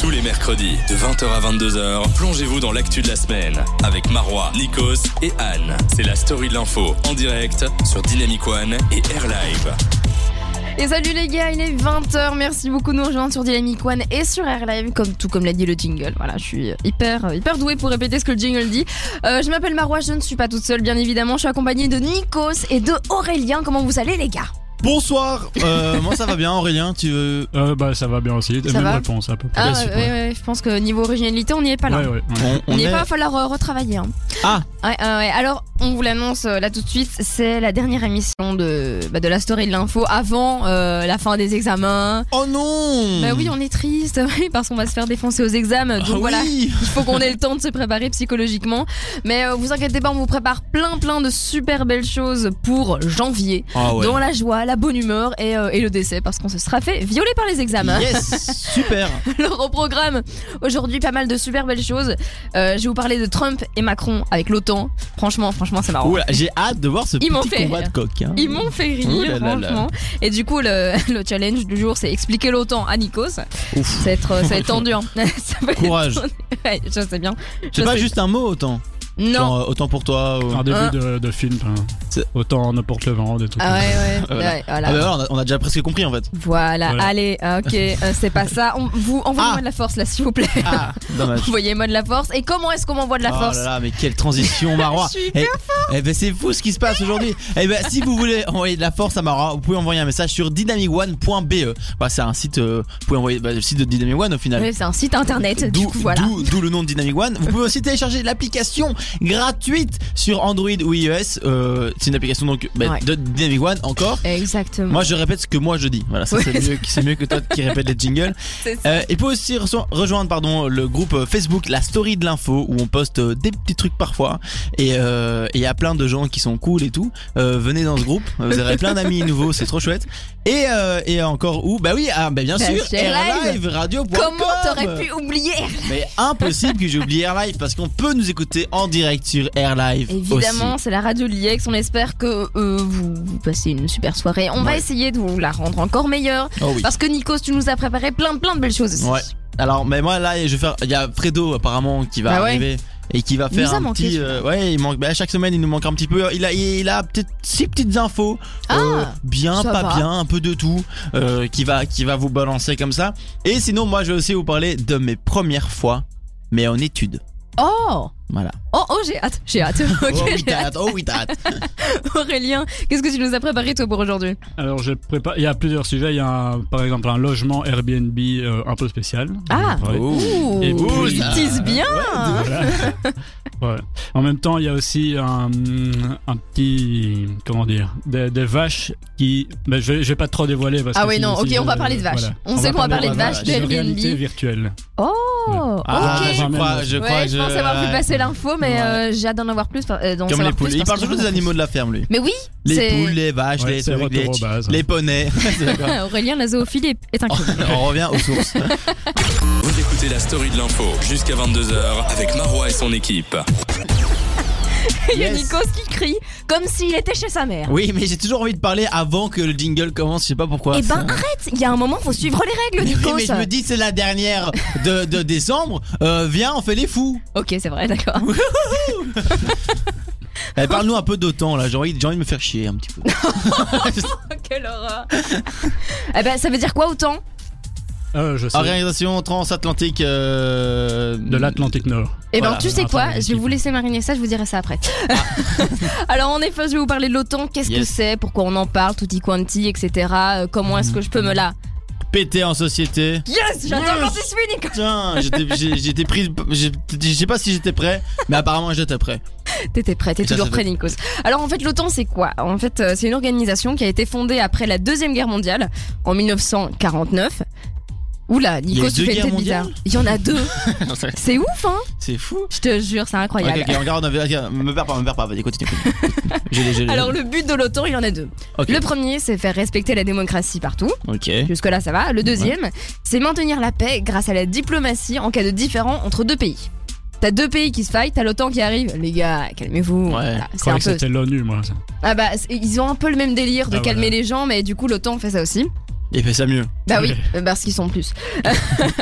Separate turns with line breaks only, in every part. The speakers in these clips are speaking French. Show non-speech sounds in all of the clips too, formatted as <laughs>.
Tous les mercredis, de 20h à 22h, plongez-vous dans l'actu de la semaine avec Marois, Nikos et Anne. C'est la story de l'info en direct sur Dynamic One et Air Live.
Et salut les gars, il est 20h. Merci beaucoup de nous rejoindre sur Dynamic One et sur Airlive, comme tout comme l'a dit le jingle. Voilà, je suis hyper euh, hyper douée pour répéter ce que le jingle dit. Euh, je m'appelle Marois, je ne suis pas toute seule, bien évidemment. Je suis accompagnée de Nikos et de Aurélien. Comment vous allez les gars
Bonsoir, euh, moi ça va bien Aurélien, tu veux...
Euh, bah ça va bien aussi,
Ça
même
va
réponse à peu près.
Ah
là-dessus,
ouais, ouais, ouais, je pense que niveau originalité, on n'y est pas là.
Ouais, ouais, ouais.
On,
On
on
n'y est
est-
pas, va falloir euh, retravailler. hein.
Ah.
Ouais, ouais, ouais. Alors, on vous l'annonce euh, là tout de suite, c'est la dernière émission de, bah, de la story de l'info avant euh, la fin des examens.
Oh non
Bah oui, on est triste <laughs> oui, parce qu'on va se faire défoncer aux examens. Donc
Ah
voilà,
oui
il faut qu'on ait le temps de se préparer psychologiquement. Mais euh, vous inquiétez pas, on vous prépare plein plein de super belles choses pour janvier.
Ah ouais.
Dans la joie, la bonne humeur et, euh, et le décès parce qu'on se sera fait violer par les examens. <laughs>
Yes, super
Alors au programme, aujourd'hui pas mal de super belles choses. Euh, je vais vous parler de Trump et Macron avec l'OTAN. Franchement, franchement c'est marrant.
<laughs> Oula, J'ai hâte de voir ce
Ils m'ont
petit
fait
combat
rire.
de coq. hein.
Ils m'ont fait rire,
Ouh là là là.
franchement. Et du coup, le, <laughs> le challenge du jour, c'est expliquer l'OTAN à Nikos. Ça
Ouf.
va être, ça va être tendu. hein. <laughs> Ça va être
Courage.
tendu. Ouais, je sais bien. Je
C'est pas
sais.
juste un mot autant.
Non.
Genre, euh, autant pour toi. ou-
Un début
Hein.
de, de film, enfin,
C'est-
autant n'importe le vent, des trucs.
Ah ouais, ouais.
<laughs> Voilà.
ouais,
Ah
voilà.
bah voilà, on a, on a déjà presque compris
<laughs>
en fait.
Voilà,
Voilà.
allez, ah, ok, euh, c'est pas ça. On, vous, envoyez-moi
Ah.
de la force là, s'il vous
<laughs>
plaît.
Ah, dommage.
Envoyez-moi de la force. Et comment est-ce qu'on m'envoie de <laughs> la
oh
force
là là, mais quelle
<laughs>
transition Marois
Je suis
eh, eh ben c'est fou ce qui se passe aujourd'hui. Eh ben si vous voulez envoyer de la force à Marois, vous pouvez envoyer un message sur dynamicone.be. Bah, c'est un site, euh, vous pouvez envoyer bah, le site de Dynamic One au final.
Ouais, Eh, C'est un site internet, du
D'où
coup, voilà.
d'où- d'où le nom de Dynamic One. Vous pouvez aussi télécharger l'application gratuite sur Android ou iOS. Euh, c'est une application donc bah,
Ouais.
de Dynamic One encore.
Exactement.
Moi je répète ce que moi je dis. Voilà, ça,
Ouais.
c'est mieux, que- c'est mieux que toi qui répète les jingles.
<laughs> C'est ça.
Euh, et peut aussi reço- rejoindre pardon le groupe euh, Facebook La Story de l'info où on poste euh, des petits trucs parfois et euh, et il y a plein de gens qui sont cool et tout. Euh, venez dans ce groupe, vous aurez
<laughs>
plein d'amis nouveaux, c'est trop chouette. Et euh, et encore où Bah oui, ah, bah, bien
Bah,
sûr,
c'est live.
radio.
Comment t'aurais pu oublier
Mais impossible que j'ai oublié Air Live parce qu'on peut nous écouter en direct sur Air Live.
Évidemment,
aussi.
c'est la radio de l'IEX. On espère que euh, vous, vous passez une super soirée. On va
Ouais.
essayer de vous la rendre encore meilleure.
Oh oui.
Parce que Nikos, tu nous as préparé plein plein de belles choses aussi.
Ouais. Alors, mais moi là, je vais faire. Il y a Fredo apparemment qui va
Bah ouais.
arriver et qui va
Il nous
faire
a
un
manqué,
petit. euh, ouais, il manque. bah, chaque semaine, il nous manque un petit peu. Il a, il a peut-être six petites infos. euh,
Ah,
bien,
ça
pas
va.
bien, un peu de tout. euh, qui va, qui va vous balancer comme ça. Et sinon, moi, je vais aussi vous parler de mes premières fois, mais en études.
Oh
Voilà.
Oh, oh j'ai hâte, j'ai hâte. <laughs> Ok,
oh oui,
j'ai
t'as
hâte.
hâte, Oh oui, t'as
<laughs>
hâte.
Aurélien, qu'est-ce que tu nous as préparé toi pour aujourd'hui
Alors, j'ai préparé. Il y a plusieurs sujets. Il y a un- par exemple un logement Airbnb euh, un peu spécial.
Ah.
Ouais.
Oh.
Ouh,
Et
tu
puis-
teases bien
Voilà.
<laughs>
Ouais. En même temps, il y a aussi un, un petit. Comment dire Des, des vaches qui. mais je, vais, je vais pas trop dévoiler. Parce
Ah
que
oui,
sinon,
non, ok,
si
on
je-
va parler de vaches. On sait qu'on va parler de vaches,
Une
d'Airbnb.
réalité virtuelle.
Oh,
Ah,
ok.
je crois, je
ouais,
crois.
je pensais avoir pu passer l'info, mais
Ouais.
euh, j'ai hâte d'en avoir plus. euh, d'en
Comme
savoir
les poules.
plus
Il
parce
parle
que
toujours
j'en
des
ai
animaux
plus.
de la ferme, lui.
Mais oui,
Les
c'est-
poules, les vaches,
Ouais,
les,
c'est
trucs, les,
retour aux bases.
les <laughs> poneys. C'est
<laughs>
quoi
Aurélien, la zoophilie est un
On revient aux sources.
Vous écoutez la story de l'info jusqu'à 22h avec Marois et son équipe.
Il y a
Oh, Yes.
Nikos qui crie comme s'il était chez sa mère.
Oui, mais j'ai toujours envie de parler avant que le jingle commence, je sais pas pourquoi.
Eh ben
<laughs> Ça-
arrête, il y a un moment, faut suivre les règles,
Oui,
Nikos.
mais je me dis, c'est la dernière de, de décembre. Euh, viens, on fait les fous.
Ok, c'est vrai, d'accord.
Eh, Parle-nous un peu d'autant, là. J'ai envie, j'ai envie de me faire chier un petit peu.
<laughs> Quelle horreur. <laughs> eh ben, ça veut dire quoi autant
Euh,
Ah,
je sais.
<laughs> Organisation transatlantique. euh,
De l'Atlantique Nord.
Eh ben,
Voilà,
tu sais
attends,
quoi
une
Je vais vous
petite-
laisser mariner ça, je vous dirai ça après. <laughs> Alors, en effet, je vais vous parler de l'OTAN. Qu'est-ce que
Ah. Yes.
c'est Pourquoi on en parle Tutti quanti, etc. euh, Comment
Mm.
est-ce que je peux me la.
Pété en société.
Yes J'attends
Yes.
quand c'est fini, Nikos
Tiens, j'étais- j'ai- j'étais pris. j'ai- Je sais pas si j'étais prêt, mais apparemment j'étais <laughs> prêt.
T'étais prêt, t'es
Ça,
toujours
ça
prêt, Nikos. Alors en fait, l'OTAN, c'est quoi En fait, euh, c'est une organisation qui a été fondée après la Deuxième Guerre mondiale, en 1949. Oula,
y a
Nikos,
eu
tu
deux
fais une
guerres
tête bizarre. Il y en a deux. c'est ouf, hein
C'est fou.
Je te jure, c'est
Ok,
incroyable.
ok, regarde, on avait- regarde, me perds pas, me perds pas, vas-y, continue.
<laughs>
J'ai les, j'ai les.
Alors le but de l'OTAN, il y en a deux.
Ok.
Le premier, c'est faire respecter la démocratie partout.
Ok.
Jusque-là, ça va. Le deuxième, c'est maintenir la paix grâce à la diplomatie en cas de différend entre deux pays. T'as deux pays qui se faillent, t'as l'OTAN qui arrive. Les gars, calmez-vous. Voilà,
Je
c'est un
croyais que
peu
c'était l'ONU, moi. ça.
Ah bah c'est- ils ont un peu le même délire de
Ah,
calmer
voilà.
les gens mais du coup l'OTAN fait ça aussi.
Il fait ça mieux.
Bah oui, euh, parce qu'ils sont plus.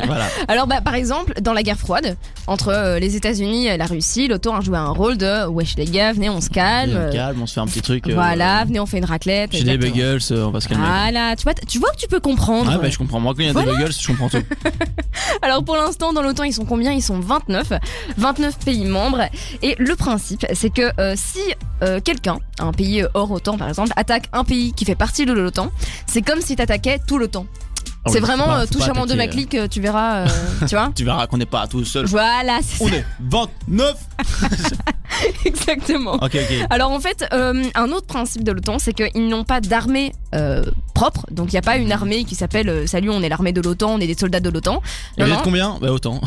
Voilà.
<laughs> Alors, bah, par exemple, dans la guerre froide, entre euh, les États-Unis et la Russie, l'OTAN a joué un rôle de wesh les gars, venez, on se calme.
Bien calme, on se fait un petit truc. euh,
Ah, Voilà, venez, on fait une raclette.
Chez des
exactement. Ah,
bagels, euh, on va se calmer.
Voilà, tu vois, tu vois que tu peux comprendre.
Ah bah je comprends. Moi quand il y a des bagels, je
<laughs>
comprends tout.
Alors pour l'instant, dans l'OTAN, ils sont combien Ils sont 29. 29 pays membres. Et le principe, c'est que euh, si euh, quelqu'un, un pays hors OTAN par exemple, attaque un pays qui fait partie de l'OTAN, c'est comme si t'attaquais tout l'OTAN.
Ah
c'est
oui, faut
vraiment
pas-
euh,
faut
tout
pas
charmant de
attaquer,
ma clique, euh, tu
<laughs>
verras, euh, tu vois
euh, Tu verras qu'on n'est pas tout
<laughs>
seul.
Voilà, c'est
On
ça,
est 29 <laughs>
exactement.
Ok ok.
Alors en fait, euh, un autre principe de l'OTAN, c'est qu'ils n'ont pas d'armée euh, propre. Donc il n'y a pas une armée qui s'appelle euh, Salut, on est l'armée de l'OTAN, on est des soldats de l'OTAN.
Et
Non,
vous
non,
êtes combien
<laughs>
Bah autant.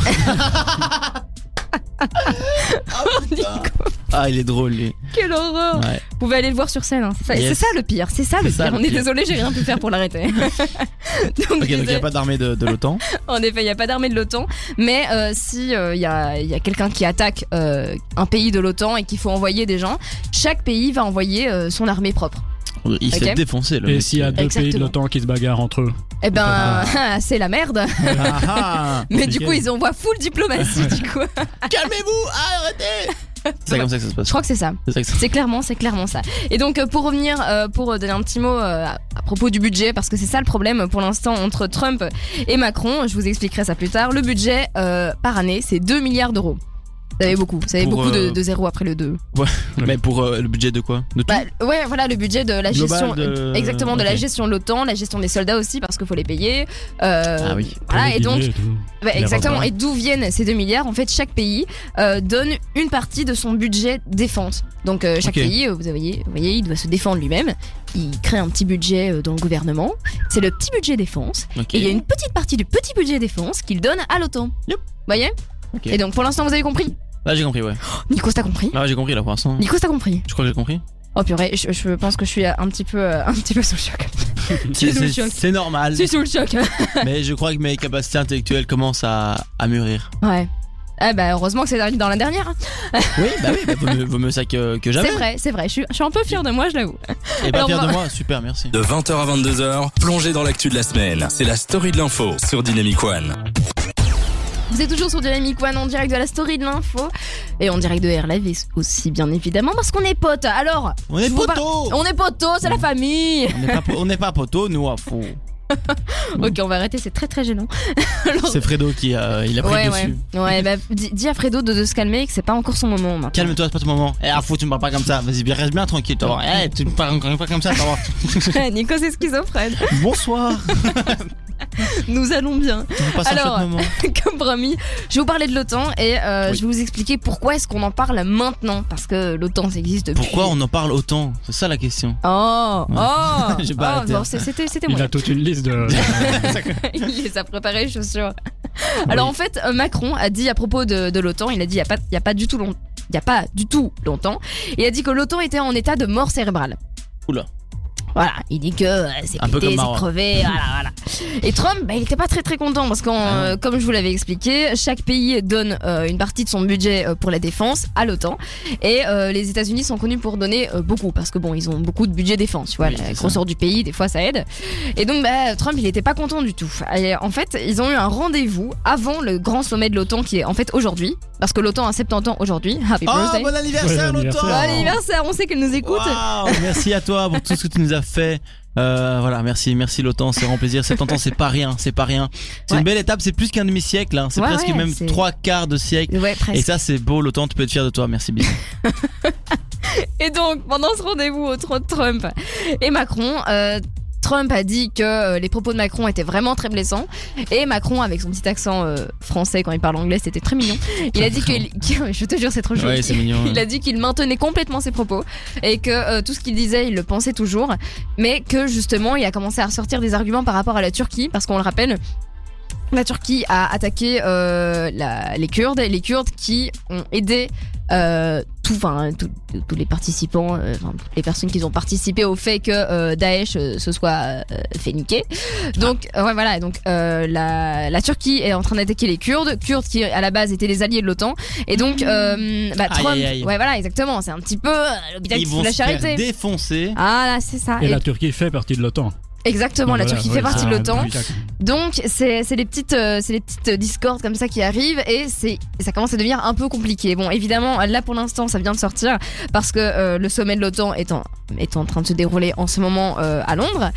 Ah il est drôle lui.
quelle horreur
Ouais.
Vous pouvez aller le voir sur scène. hein. C'est ça,
Yes.
c'est ça le pire, c'est ça le
C'est ça
pire.
le
on est
pire.
désolé, j'ai rien pu faire pour
<laughs>
l'arrêter. <laughs> donc,
Ok
je
donc il n'y
disais,
a pas d'armée de, de l'OTAN.
En effet, il n'y a pas d'armée de l'OTAN. Mais euh, si il y a, y a quelqu'un qui attaque euh, un pays de l'OTAN et qu'il faut envoyer des gens, chaque pays va envoyer euh, son armée propre.
Il s'est
Ok.
défoncé le
Et
mec.
s'il y a deux pays de
Exactement.
l'OTAN qui se bagarrent entre eux.
Eh ben, <laughs> c'est la merde.
Ah, ah,
Mais du
ok.
coup, ils envoient full diplomatie, du coup.
<laughs> Calmez-vous, arrêtez C'est comme ça que ça se
Je
passe.
crois que c'est ça.
C'est ça que ça-
C'est clairement, c'est clairement ça. Et donc euh, pour revenir, euh, pour donner un petit mot euh, à, à propos du budget, parce que c'est ça le problème pour l'instant entre Trump et Macron. Je vous expliquerai ça plus tard. Le budget euh, par année, c'est 2 milliards d'euros. Vous avez beaucoup, vous savez
Pour,
beaucoup de,
euh,
de zéro après le 2.
Mais pour euh, le budget de quoi De tout
Bah, ouais, voilà le budget de la
Global
gestion,
de-
exactement de la
ok.
gestion de l'OTAN, la gestion des soldats aussi parce qu'il faut les payer. Euh,
Ah oui.
Voilà
les
et donc <laughs>
dîners tout.
bah,
Les
exactement.
repas.
Et d'où viennent ces 2 milliards En fait, chaque pays euh, donne une partie de son budget défense. Donc euh, chaque
Ok.
pays, euh, vous voyez, vous voyez, il doit se défendre lui-même. Il crée un petit budget euh, dans le gouvernement. C'est le petit budget défense.
Ok.
Et il y a une petite partie du petit budget défense qu'il donne à l'OTAN.
Yep.
Vous voyez
Ok.
Et donc pour l'instant, vous avez compris
Là Ah, j'ai compris ouais.
Nikos, t'as compris
Là j'ai compris là pour l'instant.
Nikos, t'as compris
Je crois que j'ai <laughs> compris.
Oh purée, je, je pense que je suis euh, un petit peu, euh, <laughs> un petit peu sous le choc.
C'est-
sous le
C'est
choc.
c'est normal.
<laughs> Je suis sous le choc.
Mais je crois que mes capacités intellectuelles commencent à, à mûrir.
Ouais. Ah bah heureusement que c'est dans la dernière. hein.
Oui, bah oui, bah vaut, mieux, vaut mieux ça que, que jamais.
C'est vrai, c'est vrai. Je suis, je suis un peu fière de moi, je l'avoue.
Et pas
Alors,
fier de
moi-
moi, super, merci.
De 20h à 22h, plongez dans l'actu de la semaine. C'est la story de l'info sur Dynamic One.
Vous êtes toujours sur Dynamic One en direct de la story de l'info et en direct de Air Live et- aussi bien évidemment parce qu'on est potes. Alors,
On est
je vous par-
poteaux
on est potos, c'est la famille.
On n'est pas, po- on n'est pas poteaux, nous, à fond.
<laughs> Ok, on va arrêter, c'est très très gênant.
C'est Fredo qui euh, il a pris
ouais,
le dessus.
ouais, ouais. Bah, dis, dis à Fredo de, de se calmer et que c'est pas encore son moment. maintenant.
Calme-toi, c'est pas ton moment. Eh, à fond, tu me parles pas comme ça. Vas-y, bien, reste bien tranquille, t'as voir. Eh, tu me parles encore une fois comme ça,
<laughs>
t'as voir.
Nico, c'est schizophrène.
Bonsoir.
Nous allons bien.
On passe un
Alors, euh,
chouette moment.
<laughs> Comme promis, je vais vous parler de l'OTAN et euh,
Oui.
je vais vous expliquer pourquoi est-ce qu'on en parle maintenant. Parce que l'OTAN, ça existe depuis.
Pourquoi on en parle autant C'est ça
<laughs>
la question.
Oh, oh,
<laughs> J'ai pas
oh,
arrêté.
bon, c'est- c'était, c'était
Il
moi.
a toute une
<laughs>
liste de.
Il les a préparés, je suis sûre. Alors en fait, euh, Macron a dit à propos de, de l'OTAN, il a dit il n'y a, pas- il y a pas du tout long- il y a pas du tout longtemps, il a dit que l'OTAN était en état de mort cérébrale.
Oula.
Voilà, il dit que euh, c'est
Un peu
pété,
comme
c'est
Maroc. <laughs>
crevé, voilà, voilà. Et Trump, bah, il n'était pas très très content parce que,
Ah
comme je vous l'avais expliqué, chaque pays donne euh, une partie de son budget euh, pour la défense à l'OTAN. Et euh, les États-Unis sont connus pour donner euh, beaucoup parce que bon, ils ont beaucoup de budget défense. Tu vois,
Oui,
la
c'est ça.
grosseur du pays, des fois, ça aide. Et donc, bah, Trump, il n'était pas content du tout. Et en fait, ils ont eu un rendez-vous avant le grand sommet de l'OTAN qui est en fait aujourd'hui parce que l'OTAN a 70 ans aujourd'hui. Happy
Oh,
birthday.
bon anniversaire,
Bon
l'OTAN
Bon anniversaire, on sait qu'elle nous écoute.
Waouh, merci à toi pour tout ce que tu nous as fait. Euh, voilà, merci, merci l'OTAN, c'est grand plaisir. 70 ans, c'est pas rien, c'est pas rien. C'est
Ouais.
une belle étape, c'est plus qu'un demi-siècle, hein. c'est
Ouais,
presque
ouais,
même
c'est-
trois quarts de siècle.
Ouais, presque.
Et ça, c'est beau, l'OTAN, tu peux être fier de toi,
<laughs>
merci bien.
Et donc, pendant ce rendez-vous entre Trump et Macron, euh, Trump a dit que euh, les propos de Macron étaient vraiment très blessants. Et Macron, avec son petit accent euh, français quand il parle anglais, c'était très mignon. Il a dit qu'il. qu'il- <laughs> Je te jure, c'est trop joli.
Ouais, c'est mignon.
<laughs>
hein.
Il
ouais.
a dit qu'il maintenait complètement ses propos et que euh, tout ce qu'il disait, il le pensait toujours, mais que justement, il a commencé à ressortir des arguments par rapport à la Turquie, parce qu'on le rappelle. La Turquie a attaqué euh, la- les Kurdes, les Kurdes qui ont aidé euh, tout- enfin, tout- tous les participants, euh, enfin, toutes les personnes qui ont participé au fait que euh, Daesh euh, se soit euh, fait niquer. Donc, euh, ouais, voilà. Donc, euh, la, la Turquie est en train d'attaquer les Kurdes, Kurdes qui à la base étaient les alliés de l'OTAN. Et donc, euh, bah,
Mmh. Aïe,
Trump,
aïe, aïe.
ouais, voilà, exactement. C'est un petit peu euh, l'hôpital
Ils
qui
vont
fout la
se faire
charité.
défoncer.
Ah là, c'est ça.
Et
Et-
la Turquie fait partie de l'OTAN.
Exactement, la
Voilà,
Turquie
ouais,
fait partie
ça,
de l'OTAN.
plus.
Donc c'est c'est les petites euh, c'est les petites discordes comme ça qui arrivent et c'est ça commence à devenir un peu compliqué. Bon évidemment là pour l'instant ça vient de sortir parce que euh, le sommet de l'OTAN est en est en train de se dérouler en ce moment euh, à Londres.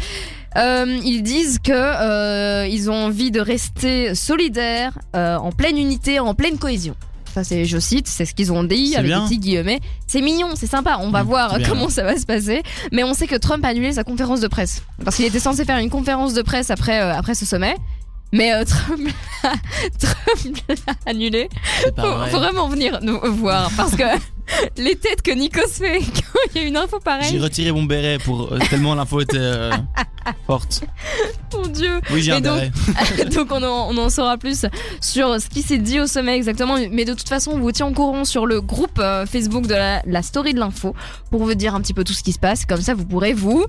Euh, ils disent que euh, ils ont envie de rester solidaires, euh, en pleine unité, en pleine cohésion. Ça c'est je cite, c'est ce qu'ils ont dit
C'est
avec
bien.
des petits guillemets. C'est mignon, c'est sympa. On va
Mmh,
voir
c'est bien.
comment ça va se passer. Mais on sait que Trump a annulé sa conférence de presse. Parce qu'il était censé faire une conférence de presse après, euh, après ce sommet. Mais euh, <laughs> Trump l'a Trump l'a annulé.
C'est
Faut,
pas
faut
vrai.
vraiment venir nous voir. Parce
<laughs>
que les têtes que Nikos fait <laughs> quand il y a une info
J'ai
pareille.
retiré mon béret pour euh, tellement l'info était
<laughs>
euh, forte.
Mon
<laughs>
dieu.
Oui, j'ai
Et
un
donc,
béret.
Donc on en, on en saura plus sur ce qui s'est dit au sommet exactement. Mais de toute façon, on vous tient au courant sur le groupe euh, Facebook de la, la story de l'info pour vous dire un petit peu tout ce qui se passe. Comme ça, vous pourrez vous.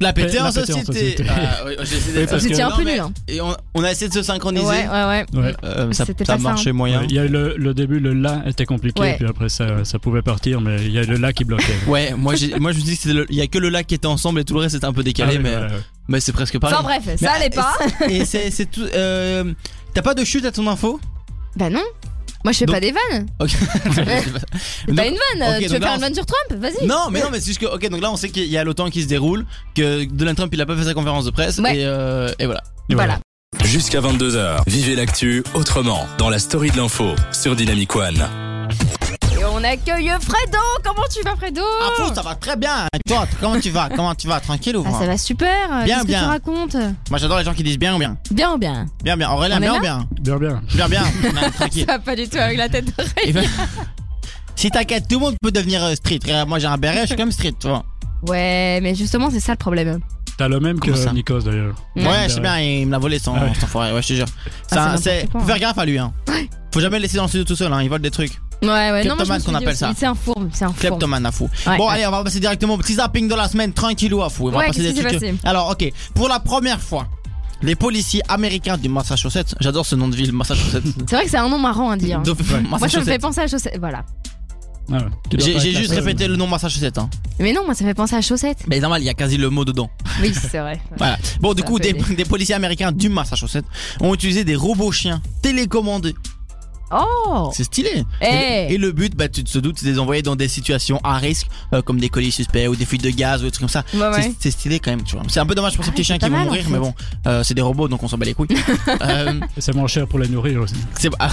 La pété
Euh, La
en
pété en
société.
société.
Ah, oui, j'ai essayé
Oui,
d'être-
parce
Vous
que-
étiez un
Non,
peu
mais-
nul. hein.
Et on, on a essayé de se synchroniser.
Ouais, ouais, ouais.
Ouais.
Euh, ça
C'était
ça
pas ça, hein.
marchait moyen.
Ouais, Il y a eu le, le début, le là était compliqué,
Ouais.
puis après ça, ça pouvait partir, mais il y a eu le là qui bloquait.
<laughs> Ouais, moi, j'ai- moi je me dis que c'était le- il y a que le lac qui était ensemble et tout le reste était un peu décalé,
Ah oui,
mais, euh,
voilà, ouais.
mais c'est presque pareil.
Enfin bref, Bah, ça allait pas.
Et c'est c'est tout. euh, T'as pas de chute à ton <laughs> info
Bah non. Moi je fais
Donc-
pas des vannes. C'est
Donc-
pas une vanne.
ok,
tu veux
donc là,
faire
on-
une vanne sur Trump Vas-y.
Non, mais non, mais c'est juste que. Ok, donc là on sait qu'il y a l'OTAN qui se déroule, que Donald Trump il a pas fait sa conférence de presse,
Ouais.
et, euh, et voilà.
Et
Voilà.
Jusqu'à 22h, vivez l'actu autrement dans la story de l'info sur Dynamic One.
Et on accueille Fredo. Comment tu vas Fredo
Ah, fou, ça va très bien. Et toi, comment tu vas Comment tu vas Tranquille ou
Ah, ça va super.
Bien,
Qu'est-ce que tu
bien.
racontes
Moi j'adore les gens qui disent bien ou bien.
Bien, bien.
Bien, bien. Aurélien,
On est
bien
là
ou bien
Bien, bien.
Bien, bien. Non, Tranquille.
<laughs> Ça va pas du tout avec la tête de
Et ben- si t'inquiète, tout le monde peut devenir euh, street. Euh, Moi j'ai un béret, je suis comme street, tu vois.
Ouais, mais justement, c'est ça le problème.
T'as le même que
Comment ça
Nikos d'ailleurs.
Ouais,
Ouais, je sais bien, il me l'a volé son,
Ah ouais.
son forêt, ouais, je te jure. C'est un-
n'importe
c'est.
quoi,
Faut
hein.
faire gaffe à lui, hein. Faut jamais le laisser dans le studio tout seul, hein, il vole des trucs.
Ouais, ouais. Non, moi, je me
Kleptomane
suis
qu'on
dit
appelle
aussi,
ça.
C'est un fourbe. C'est un fourbe.
Kleptomane à fou.
Ouais.
bon, allez, on va passer directement au petit zapping de la semaine, tranquillou à fou. On va
Ouais,
passer
qu'est-ce
des
qui s'est
trucs-
passé
Alors, ok, pour la première fois, les policiers américains du Massachusetts, j'adore ce nom de
<laughs>
ville, Massachusetts.
C'est vrai que c'est un nom marrant à dire.
Donc,
Moi, ça me fait
Massachusetts.
penser à chaussettes. Voilà.
Ah ouais. Tu dois
J'ai
pas
j'ai
être
juste
la seule.
répété le nom Massachusetts. Hein.
Mais non, moi, ça me fait penser à chaussettes.
Mais normal, il y a quasi le mot dedans.
Oui, c'est
<laughs>
vrai.
Voilà. Bon, du
Ça
coup,
peut
des,
aider.
des policiers américains du Massachusetts ont utilisé des robots chiens télécommandés.
Oh
C'est stylé.
Hey.
Et, et le but, bah, tu te se doutes, c'est de les envoyer dans des situations à risque, euh, comme des colis suspects ou des fuites de gaz ou des trucs comme ça.
Ouais,
C'est-
ouais.
C'est stylé quand même, tu vois. C'est un peu dommage pour ces
Ah,
petits
c'est
chiens
pas
qui vont
mal, en
mourir,
fait.
mais bon, euh, c'est des robots donc on s'en bat les
<laughs>
couilles. euh,
C'est moins cher pour les
<laughs>
nourrir aussi.
c'est ah,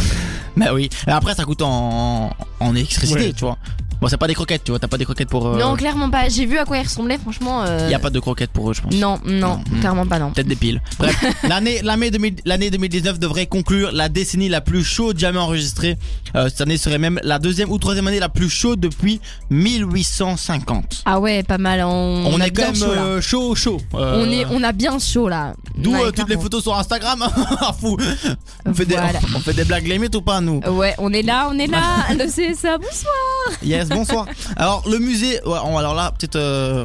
bah oui. Après, ça coûte en, en électricité,
Ouais.
tu vois. Bon, c'est pas des croquettes, tu vois. T'as pas des croquettes pour. euh,
Non, clairement pas. J'ai vu à quoi ils ressemblaient, franchement. euh,
y a pas de croquettes pour eux, je pense.
Non, non,
Non, hmm.
clairement pas, non.
Peut-être des piles. Bref, <laughs> l'année l'année 2000 l'année 2019 devrait conclure la décennie la plus chaude jamais enregistrée. Euh, cette année serait même la deuxième ou troisième année la plus chaude depuis 1850.
Ah ouais, pas mal. On,
On,
a
est quand
bien
même
chaud là.
euh, chaud, chaud. Euh,
On, est, on a bien chaud là.
D'où
Ouais,
euh, toutes les
clairement.
photos sur Instagram. <laughs> Ah, Fou. On fait,
Voilà.
des, on fait des blagues limites ou pas nous
Euh, Ouais, on est là, on est
<laughs>
là. le CSA, bonsoir.
Yes, bonsoir. Alors le musée, ouais, on- alors là peut-être euh,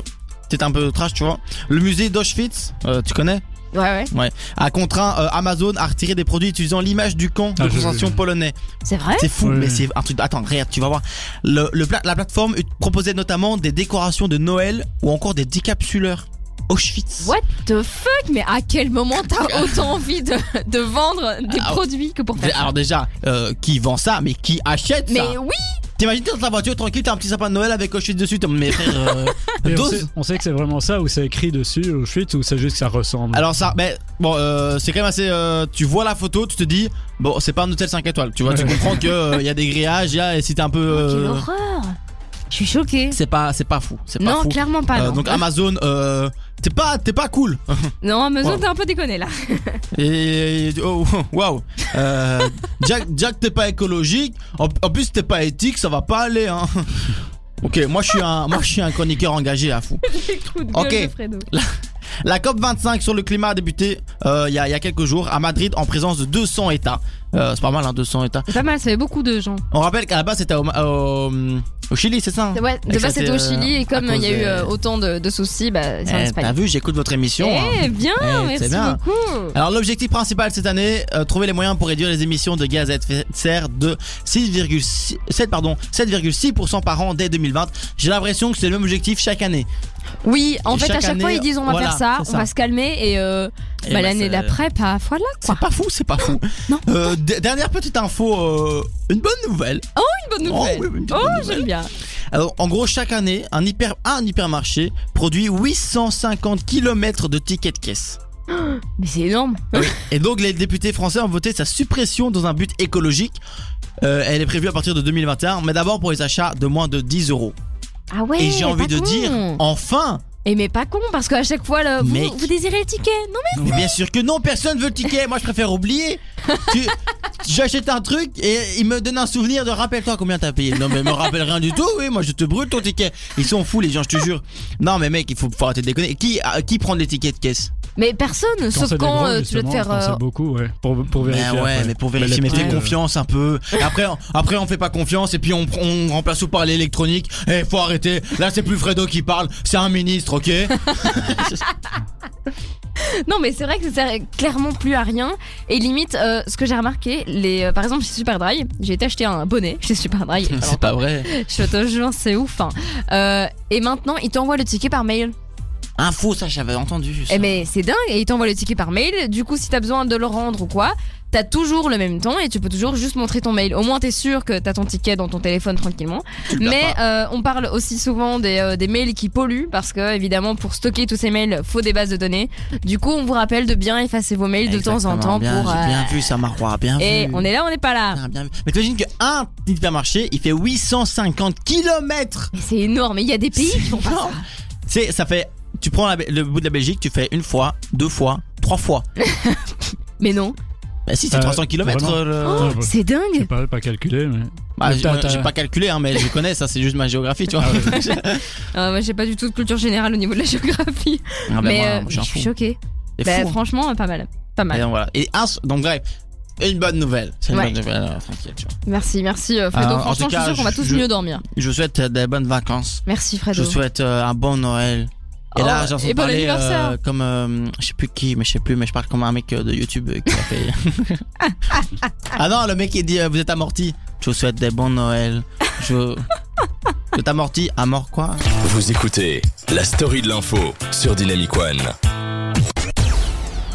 peut-être un peu trash, tu vois. Le musée d'Auschwitz, euh, tu connais
Ouais, ouais.
Ouais. A contraint euh, Amazon à retirer des produits utilisant l'image du camp de
Ah, je-
concentration
je-
polonais.
C'est vrai
C'est fou,
Oui.
mais c'est un truc. Attends, regarde, tu vas voir. Le, le pla- la plateforme ut- proposait notamment des décorations de Noël ou encore des décapsuleurs. Auschwitz.
What the fuck Mais à quel moment
<laughs>
t'as autant envie de, de vendre des
Ah,
produits que pour
Dé-
faire ça
Alors déjà, euh, qui vend ça, mais qui achète ça
Mais oui
T'imagines t'es dans ta voiture tranquille, t'as un petit sapin de Noël avec Auschwitz dessus, t'es mais frère. euh,
<laughs> Et on,
dose-
sait, on sait que c'est vraiment ça, ou c'est écrit dessus, ou chute, ou c'est juste que ça ressemble.
Alors ça, mais bon, euh, c'est quand même assez. euh, tu vois la photo, tu te dis bon, c'est pas un hôtel 5 étoiles. Tu vois, tu
Ouais.
comprends que euh, y a des grillages, y a, et si t'es un peu,
Quelle
euh,
horreur Je suis choquée.
c'est pas, c'est pas fou, c'est pas
Non,
fou.
clairement pas.
Euh,
non.
donc Amazon, euh, t'es pas, t'es pas cool.
non, Amazon,
Wow.
t'as un peu déconné là. <laughs>
Et oh, <laughs> waouh. Euh, Jack, Jack, t'es pas écologique. En, en plus, t'es pas éthique, ça va pas aller. Hein. <laughs> Ok, moi je suis un, moi je suis un chroniqueur engagé à fou.
Les coups de gueule de
Ok.
Fredo.
La COP 25 sur le climat a débuté euh, il y, a, il y a quelques jours à Madrid en présence de 200 États. Euh, c'est pas mal, hein, 200 états.
C'est pas mal, ça fait beaucoup de gens.
On rappelle qu'à la base, c'était au, au- au Chili, c'est ça hein
Ouais,
Et
de
ça,
base, c'était
c'est,
au
euh,
Chili et comme
à
il
cause
y a eu
des-
euh, autant de, de soucis, bah, c'est en
Eh, T'as
Espagne.
vu, j'écoute votre émission. hein.
Eh bien,
Eh,
merci
c'est bien.
beaucoup.
Alors l'objectif principal cette année, euh, trouver les moyens pour réduire les émissions de gaz à effet de serre de 6,6 7, pardon, 7,6% par an dès 2020. J'ai l'impression que c'est le même objectif chaque année.
Oui, en
Et
fait, à
chaque
chaque fois,
année,
ils disent on va
voilà,
faire ça,
c'est
on
ça.
va se calmer et, euh,
Et
bah,
bah,
l'année
c'est-
d'après, bah, voilà quoi.
C'est pas fou, c'est pas fou.
<laughs> Non.
Euh, d- dernière petite info, euh, une bonne nouvelle.
Une bonne
Oh,
nouvelle.
oui, une petite
Oh,
bonne
j'aime
nouvelle.
bien.
Alors, en gros, chaque année, un, hyper, un hypermarché produit 850 km de tickets de caisse.
Mais c'est énorme.
Et donc les députés français ont voté sa suppression dans un but écologique. Euh, elle est prévue à partir de 2021, mais d'abord pour les achats de moins de 10 euros.
Ah ouais.
Et j'ai envie
pas
de
con.
dire, enfin
Et mais pas con, parce qu'à chaque fois, là, vous,
Mec.
vous désirez le ticket. Non, mais.
Mais bien sûr que non, personne veut le ticket, moi je préfère
<laughs>
oublier. Tu- J'achète un truc et il me donne un souvenir de rappelle-toi combien t'as payé. Non mais il me rappelle rien du tout, oui, moi je te brûle ton ticket. Ils sont fous les gens, je te jure. Non mais mec, il faut, faut arrêter de déconner. Qui, à- qui prend les tickets de caisse
Mais personne, sauf
c'est des
quand
gros,
euh, tu veux te
justement,
faire.
quand
euh,
c'est beaucoup, ouais. Pour, pour
Ben
vérifier.
ouais,
après.
mais pour vérifier,
les
mettez
prix, euh,
confiance un peu. Après, on- après on fait pas confiance et puis on, on remplace tout par l'électronique. Eh, faut arrêter. Là, c'est plus Fredo qui parle, c'est un ministre, ok
<laughs> Non, mais c'est vrai que ça sert clairement plus à rien. Et limite, euh, ce que j'ai remarqué, les, euh, par exemple, chez Superdry, j'ai été acheter un bonnet chez
<laughs>
Superdry. Alors,
pas vrai.
je te jure, c'est ouf. hein. Euh, et maintenant, ils t'envoient le ticket par mail.
Info, ça, j'avais entendu. ça.
Eh mais c'est dingue, et ils t'envoient le ticket par mail. Du coup, si t'as besoin de le rendre ou quoi, t'as toujours le même temps et tu peux toujours juste montrer ton mail. Au moins, t'es sûr que t'as ton ticket dans ton téléphone tranquillement.
Tu l'as
Mais
pas.
euh, on parle aussi souvent des, euh, des mails qui polluent parce que, évidemment, pour stocker tous ces mails, faut des bases de données. Du coup, on vous rappelle de bien effacer vos mails de temps en
Exactement,
temps
bien,
pour.
j'ai
euh,
bien vu ça, Marois, bien
et
vu.
on est là, on n'est pas là.
Bien, bien vu. Mais t'imagines qu'un hypermarché, il fait 850 km
Mais c'est énorme. Et il y a des pays qui font pas ça.
C'est, ça fait. Tu prends la- le bout de la Belgique, tu fais une fois, deux fois, trois fois.
Mais non.
Bah si, c'est
Euh,
300 km.
vraiment
Ah,
Oh,
bah.
c'est
J'ai
dingue.
pas, pas calculé, mais.
Bah,
Mais
j'ai
t'as-
moi,
t'as-
j'ai pas calculé, hein, mais je connais ça, c'est juste ma géographie, tu vois.
Ah
<laughs>
Euh, moi, J'ai pas du tout de culture générale au niveau de la <laughs> géographie.
Ah, bah,
mais
moi,
euh,
je suis
je
un
suis
fou.
choquée.
T'es
Bah,
fou, hein.
franchement, pas mal. Pas mal.
Et donc, voilà. Et un, donc bref, une bonne nouvelle. C'est une
Ouais.
bonne nouvelle, alors, tranquille. tu vois.
Merci, merci euh, Fredo.
Euh, en
Franchement,
tout
je suis
cas,
sûre qu'on va
je-
tous
je-
mieux dormir.
Je vous souhaite euh, des bonnes vacances.
Merci
Je
Fredo.
vous souhaite euh, un bon Noël. Et là,
Oh,
j'en
et
suis
bon
parler euh,
anniversaire.
comme euh, je sais plus qui, mais je sais plus, mais je parle comme un mec euh, de YouTube euh, qui
<laughs>
a fait. ah non, le mec il dit euh, vous êtes amorti. Je vous souhaite des bons Noël. Je vous êtes amorti à mort quoi
Vous écoutez la story de l'info sur Dynamic One.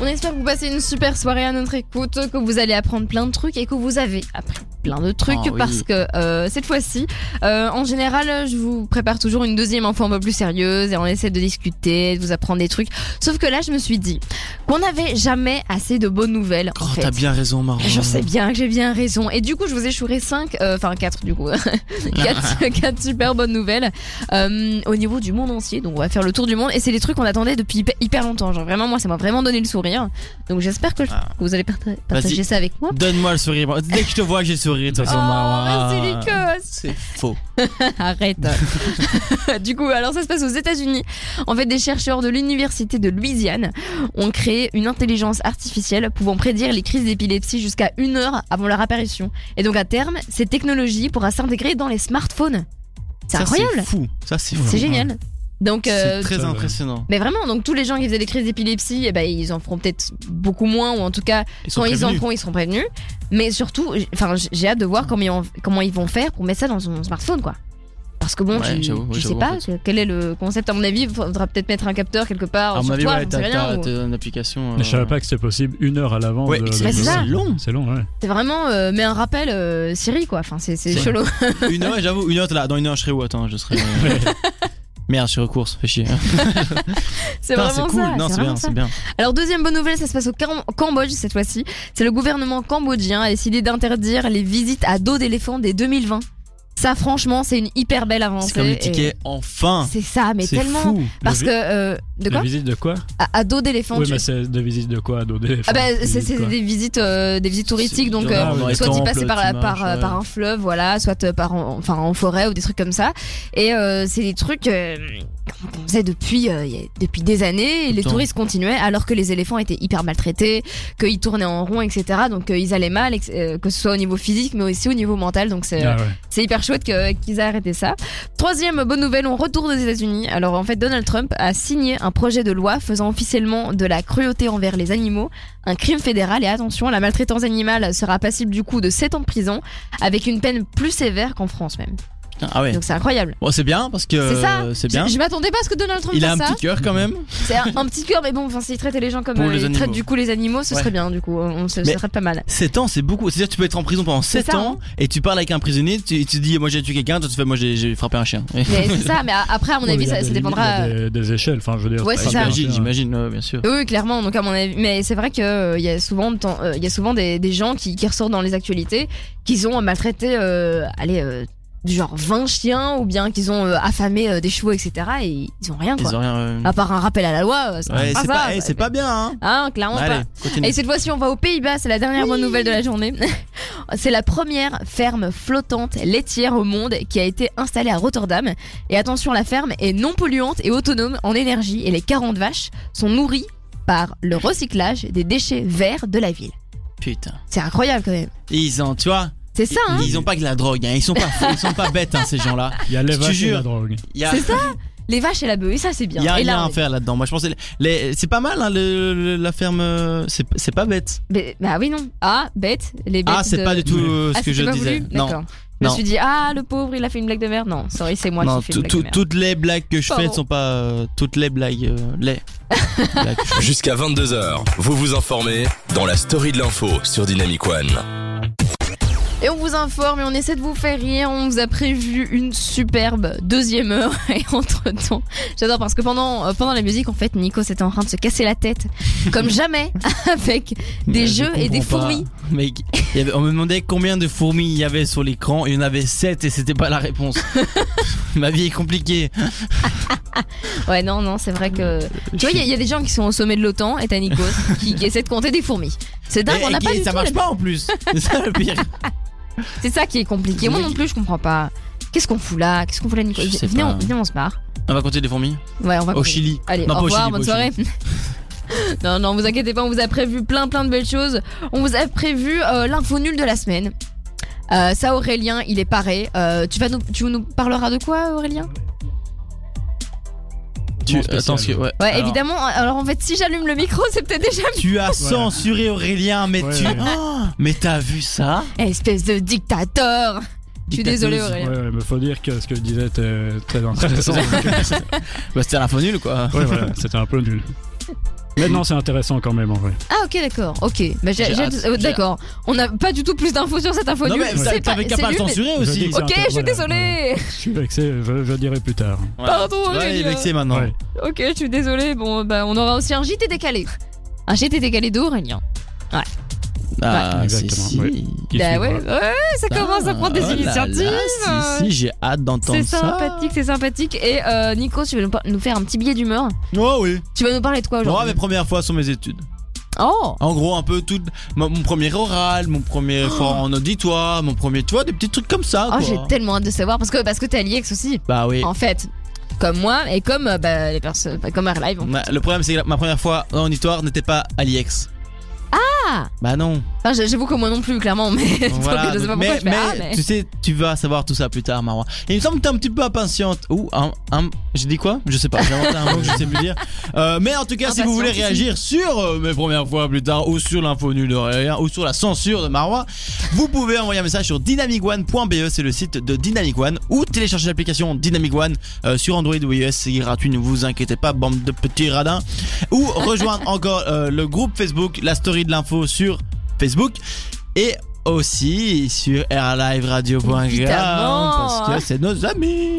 On espère que vous passez une super soirée à notre écoute, que vous allez apprendre plein de trucs et que vous avez appris plein de trucs
Ah oui.
parce que euh, cette fois-ci, euh, en général, je vous prépare toujours une deuxième info un peu plus sérieuse et on essaie de discuter, de vous apprendre des trucs. Sauf que là, je me suis dit qu'on n'avait jamais assez de bonnes nouvelles. en
Oh,
fait.
t'as bien raison, Marron.
Je sais bien que j'ai bien raison. Et du coup, je vous ai chouré 5, enfin 4 du coup, <laughs>
Ah.
4, super bonnes nouvelles euh, au niveau du monde entier. Donc on va faire le tour du monde. Et c'est des trucs qu'on attendait depuis hyper, hyper longtemps. Genre vraiment, moi, ça m'a vraiment donné le sourire. Donc j'espère que, je-
Ah.
que vous allez parta- partager
Vas-y.
ça avec moi.
Donne-moi le sourire. moi. Dès que je te vois, j'ai le sourire. de toute
Oh,
façon, Marwa.
merci, Lycos.
C'est faux.
Arrête. <laughs> du coup, alors ça se passe aux États-Unis. En fait, des chercheurs de l'université de Louisiane ont créé une intelligence artificielle pouvant prédire les crises d'épilepsie jusqu'à une heure avant leur apparition. Et donc, à terme, cette technologie pourra s'intégrer dans les smartphones. C'est
Ça,
incroyable.
fou. Ça c'est fou.
C'est génial. Donc, euh,
C'est très
Ça, ouais.
impressionnant.
mais vraiment, donc tous les gens qui faisaient des crises d'épilepsie, eh ben, ils en feront peut-être beaucoup moins, ou en tout cas,
sont
quand ils en
prévenus.
feront, ils seront prévenus. Mais surtout, j'- enfin, j- j'ai hâte de voir comment ils, en- comment ils vont faire pour mettre ça dans son smartphone, quoi. Parce que bon,
Ouais,
tu,
j'avoue, ouais,
tu sais
j'avoue,
pas
en
que- quel est le concept. À mon avis, il faudra peut-être mettre un capteur quelque part
À mon
sur
avis,
toi,
ouais,
j'en
t'as
sais rien,
t'as-
ou-
t'as une application.
Mais je savais
euh,
pas que c'était possible une heure à l'avance.
Ouais,
de-
c'est
Mais c'est
de-
ça.
long.
C'est long, ouais.
C'est vraiment, euh, mets un rappel euh, Siri, quoi. Enfin, c'est c'est
Ouais.
chelou.
Une heure, j'avoue, une heure, t'es là. Dans une heure, je serai où Attends, je serai. euh, Merde, je suis aux courses, fais chier.
<laughs> C'est
Putain,
vraiment
cool.
ça.
Non,
c'est
c'est
vraiment
bien,
ça.
c'est bien.
Alors deuxième bonne nouvelle, ça se passe au Cam- Cambodge cette fois-ci. C'est le gouvernement cambodgien a décidé d'interdire les visites à dos d'éléphant dès 2020. Ça franchement, c'est une hyper belle avancée.
C'est comme les
et
tickets, enfin.
euh, C'est ça, mais
C'est
tellement
fou.
parce
Le
que euh, De quoi
Des visites de quoi
à, à dos d'éléphant.
Oui,
tu-
mais c'est des visites de quoi à dos d'éléphant
Ah bah,
Des
c'est
visites
c'est
quoi
des visites, euh, des visites touristiques, donc euh,
dans les
soit tu
temples,
passes par,
tu
par,
marches, ouais.
par
euh.
un fleuve, voilà, soit euh, par en, enfin en forêt ou des trucs comme ça. Et euh, c'est des trucs euh, qu'on faisait depuis euh, y a- depuis des années. Et
Tout le
les
temps.
touristes continuaient, alors que les éléphants étaient hyper maltraités, qu'ils tournaient en rond, etc. Donc euh, ils allaient mal, ex- euh, que ce soit au niveau physique, mais aussi au niveau mental. Donc c'est euh,
Ah ouais.
c'est hyper chouette que- qu'ils aient arrêté ça. Troisième bonne nouvelle, on retourne aux États-Unis. Alors en fait, Donald Trump a signé un projet de loi faisant officiellement de la cruauté envers les animaux un crime fédéral. Et attention, la maltraitance animale sera passible du coup de 7 ans de prison, avec une peine plus sévère qu'en France même.
Putain, ah ouais.
Donc c'est incroyable.
Bon, c'est bien parce que
C'est ça.
euh, c'est bien.
Je, je m'attendais pas à ce que Donald Trump
Il a un
fasse ça. Mm-hmm.
petit cœur quand même.
C'est un, un petit cœur, mais bon, enfin, s'il traitait les gens comme
Pour
euh,
les
il traite
animaux.
du coup les animaux, ce
Ouais.
serait bien du coup. On, se
Mais-
serait pas mal.
7 ans, c'est beaucoup. C'est-à-dire, tu peux être en prison pendant
C'est
7
ça, hein.
ans et tu parles avec un prisonnier, tu, tu dis, moi j'ai tué quelqu'un, toi tu fais, moi j'ai j'ai frappé un chien.
Mais c'est ça, mais a- après, à mon
Oh,
Ouais,
avis,
mais il y a
ça, ça
des limites,
dépendra. euh,
il y a Des, des échelles, enfin, je veux dire.
Ouais, c'est ça.
J'imagine, j'imagine, ouais, bien sûr.
Oui, oui, clairement. Donc à mon avis, mais c'est vrai que euh, il y a souvent, de temps- euh, il y a souvent des, des gens qui, qui ressortent dans les actualités, qu'ils ont maltraité, euh, allez, euh, du genre 20 chiens ou bien qu'ils ont euh, affamé euh, des chevaux, etc. Et ils ont rien quoi.
Ils ont rien. euh,
À part un rappel à la loi, euh, c'est
ouais,
pas
c'est
Ah, ça.
pas, eh,
ouais.
c'est pas bien, hein.
Hein, clairement pas.
Allez, continue.
Et cette fois-ci, on va aux Pays-Bas, c'est la dernière bonne nouvelle de la journée. <laughs> c'est la première ferme flottante laitière au monde qui a été installée à Rotterdam. Et attention, la ferme est non polluante et autonome en énergie et les 40 vaches sont nourries par le recyclage des déchets verts de la ville.
Putain.
C'est incroyable quand même.
Ils ont, tu vois,
C'est ça, hein
ils ont pas que la drogue, hein. Ils sont pas, fous, ils sont pas bêtes, hein, ces gens-là.
Il y a les
Je te
vaches et
jure.
la drogue.
Il y a-
C'est ça Les vaches et la bœuf, et ça c'est bien.
Il y a,
et
il y a
là,
à
on-
faire là-dedans. Moi, je pensais, les- c'est pas mal, hein, le- le- la ferme. euh, C'est c'est pas bête.
Mais- bah oui, non. Ah, bête, les bêtes.
Ah, c'est
de-
pas du tout euh,
Ah,
ce que
c'était
je
pas
disais.
voulu
Non,
D'accord. Je me
Non.
suis dit, ah, le pauvre, il a fait une blague de merde. Non, sorry, c'est moi
non.
qui fais une
tout-
blague de
tout-
merde.
Toutes les blagues que je fais ne
Pardon.
sont pas euh, toutes les blagues. euh, les. blagues.
Jusqu'à 22h, vous vous informez dans la story de l'info sur Dynamic One.
Et on vous informe et on essaie de vous faire rire. On vous a prévu une superbe deuxième heure. <laughs> Et entre temps, j'adore parce que pendant, euh, pendant la musique, en fait, Nico était en train de se casser la
<laughs>
tête comme jamais <laughs> avec des
Mais je
jeux et des
comprends pas.
fourmis.
Mais il y avait- on me demandait combien de fourmis il y avait sur l'écran. Il y en avait 7 et c'était pas la
<laughs>
réponse. Ma vie est compliquée.
Ouais, non, non, c'est vrai que. Tu vois, il y a- il y, a des gens qui sont au sommet de l'OTAN et t'as
<laughs>
Nikos qui, qui essaie de compter des fourmis. C'est dingue,
Et-
on n'a
et-
pas
et
du
ça
tout
marche
la-
pas
<laughs>
en plus. C'est ça le pire.
C'est ça qui est compliqué. Moi
Mais-
non plus, je comprends pas. Qu'est-ce qu'on fout là Qu'est-ce qu'on fout là, Nico
Je sais
Venez,
pas.
on, venez, on se barre.
On va compter des fourmis
Ouais, on va
au
continuer.
Chili.
Allez, au
Non, pas au
revoir,
Chili,
bonne
pas au
soirée. <laughs> non, non, vous inquiétez pas, on vous a prévu plein, plein de belles choses. On vous a prévu euh, l'info nulle de la semaine. Euh, ça, Aurélien, il est paré. Euh, tu, vas nous, tu nous parleras de quoi, Aurélien
Tu,
Mon spécial.
attends, ce que- ouais.
Ouais,
Alors,
évidemment. Alors, en fait, si j'allume le micro, c'est peut-être déjà.
Tu as censuré Aurélien, mais
Ouais,
<laughs>
tu.
ouais.
Oh,
Ah.
mais t'as vu ça
Espèce de dictateur Je suis désolée,
Dictateuse.
Ouais,
Aurélien.
ouais, mais faut dire que ce que je disais était
<laughs>
très intéressant. donc, euh, c'est-
Bah, c'était l'info nulle quoi.
ouais, voilà, c'était un peu
<laughs>
nul. Mais non, c'est intéressant quand même en vrai.
Ah, ok, d'accord. Ok. Bah, j'ai-
J'ai
j'ai-
hâte,
euh,
j'ai-
d'accord. On n'a pas du tout plus d'infos sur cette info
Non,
nulle.
mais
C'est
t'a-
pas-
t'avais qu'à
c'est
pas le
nul, mais-
censurer
Je
aussi.
dis-
Ok, je suis
Voilà,
désolée.
Je suis vexé, je, je dirai plus tard.
Pardon,
Ouais, il est
Aurélien.
vexé maintenant.
Ouais.
Ok, je suis désolée. Bon, bah, on aura aussi un JT décalé. Un JT décalé d'Aurélien.
Ah,
Ouais.
si,
Exactement,
si.
ouais. Qui
Bah
suivra.
ouais, ouais, ça commence à prendre des
Ah, oh là là,
initiatives. euh,
Si, si, j'ai hâte d'entendre
C'est
ça.
sympathique, c'est sympathique. Et euh, Nico, tu vas nous, par- nous faire un petit billet d'humeur.
Oh oui.
Tu vas nous parler de quoi
Moi,
aujourd'hui
mes premières fois sur mes études.
Oh
En gros, un peu tout. Mon, mon premier oral, mon premier fois en auditoire, mon premier. Tu vois, des petits trucs comme ça.
Oh,
quoi.
j'ai tellement hâte de savoir parce que parce que t'es à l'IEX aussi.
Bah oui.
En fait, comme moi et comme euh, bah, les personnes, bah, comme Airlive.
Ma- Le problème, c'est que la- ma première fois en auditoire n'était pas à l'IEX.
Ah
Bah
<laughs>
non.
Enfin, j'- j'avoue que moi non plus, clairement, mais <laughs> donc,
Voilà,
je sais pas pourquoi
donc- mais,
je fais ah,
mais
mais-
tu sais, tu vas savoir tout ça plus tard, Marwa. Et il me semble que t'es un petit peu impatiente. Ou un, un- j'ai dit quoi Je sais pas. J'ai inventé un mot que je sais plus dire. Euh, mais en tout cas, si vous voulez
Impatiente, si.
réagir sur euh, mes premières fois plus tard, ou sur l'info nulle de rien, ou sur la censure de Marwa, vous pouvez envoyer un message sur dynamicone.be, E, c'est le site de Dynamic One, ou télécharger l'application Dynamic One euh, sur Android ou iOS, c'est gratuit. Ne vous inquiétez pas, bande de petits radins. Ou rejoindre encore euh, le groupe Facebook, la story de l'info sur Facebook. Et aussi sur airliveradio.com
Évidemment.
parce que c'est nos amis.